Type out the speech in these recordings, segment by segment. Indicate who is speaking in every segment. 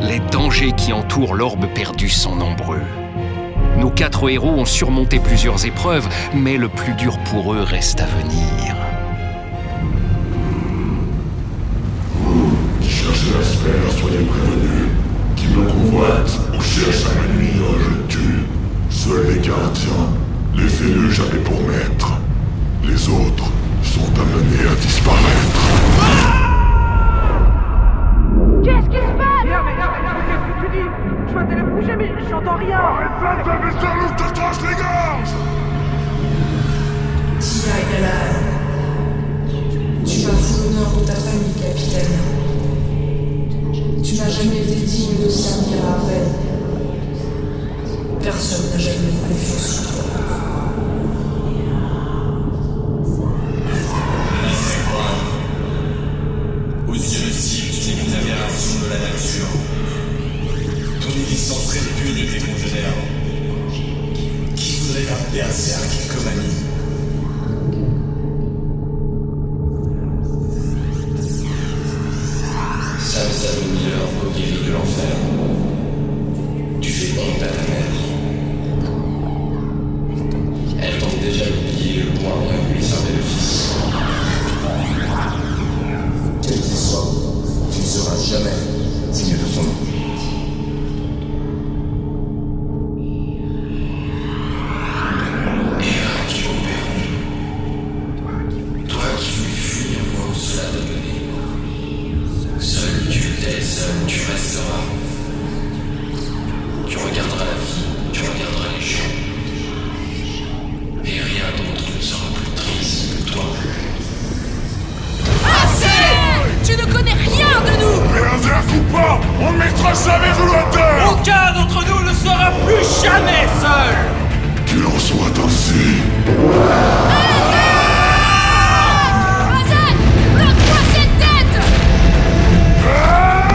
Speaker 1: Les dangers qui entourent l'orbe perdu sont nombreux. Nos quatre héros ont surmonté plusieurs épreuves, mais le plus dur pour eux reste à venir.
Speaker 2: Qui cherche la sphère, soyez prévenus. Qui me convoite ou cherche à m'ennuyer, je tue. Seuls les gardiens, les félus j'avais pour maître. Les autres sont amenés à disparaître.
Speaker 3: Qu'est-ce qui se passe
Speaker 4: Merde, mais qu'est-ce que tu dis Je vois le bouger, mais j'entends rien
Speaker 5: Tibaï Galar, tu m'as fait l'honneur de ta famille, capitaine. Tu n'as jamais été digne de servir à peine. Personne n'a jamais eu confiance en toi.
Speaker 6: Quel qu'il soit, tu ne seras jamais digne de ton nom.
Speaker 3: Assez Tu ne connais rien de nous
Speaker 2: Mais inverse ou pas, on ne mettra jamais de la terre
Speaker 7: Aucun d'entre nous ne sera plus jamais seul
Speaker 2: Qu'il en soit ainsi,
Speaker 3: Azad Donne-moi cette tête
Speaker 7: Ah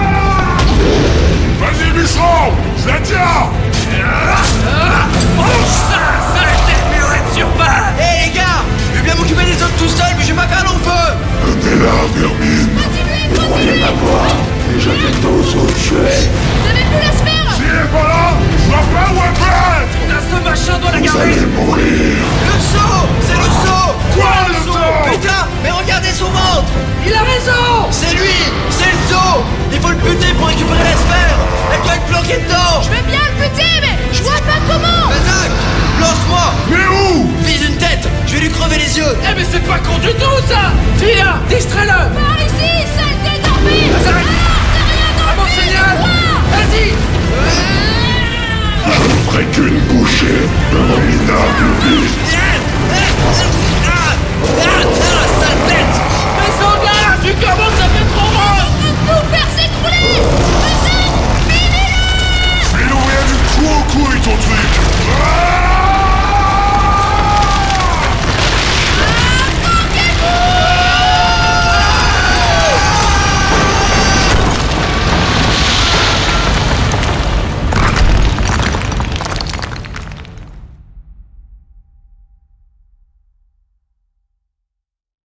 Speaker 2: Vas-y, Bûcheron Je la tiens
Speaker 7: Mange ça, sale tête murée de surface
Speaker 8: Hé les gars Je vais bien m'occuper des autres tout seul, mais j'ai ma faire long feu
Speaker 2: Donnez-la, vermine
Speaker 3: Vous avez vu la sphère
Speaker 2: S'il est pas là, je rappelle où elle
Speaker 7: Putain, ce machin doit la garder
Speaker 2: peut être Et mourir
Speaker 8: Le seau C'est le seau
Speaker 2: Quoi, le seau
Speaker 8: Putain Mais regardez son ventre
Speaker 7: Il a raison
Speaker 8: C'est lui C'est le seau Il faut le buter pour récupérer la sphère Elle doit être planquée dedans
Speaker 3: Je veux bien le buter, mais je vois pas comment
Speaker 8: Bazak Lance-moi
Speaker 2: Mais où
Speaker 8: Vise une tête Je vais lui crever les yeux
Speaker 7: Eh mais c'est pas con du tout ça Viens, distrais-le
Speaker 3: Par ici, sale tête Ah, Ah,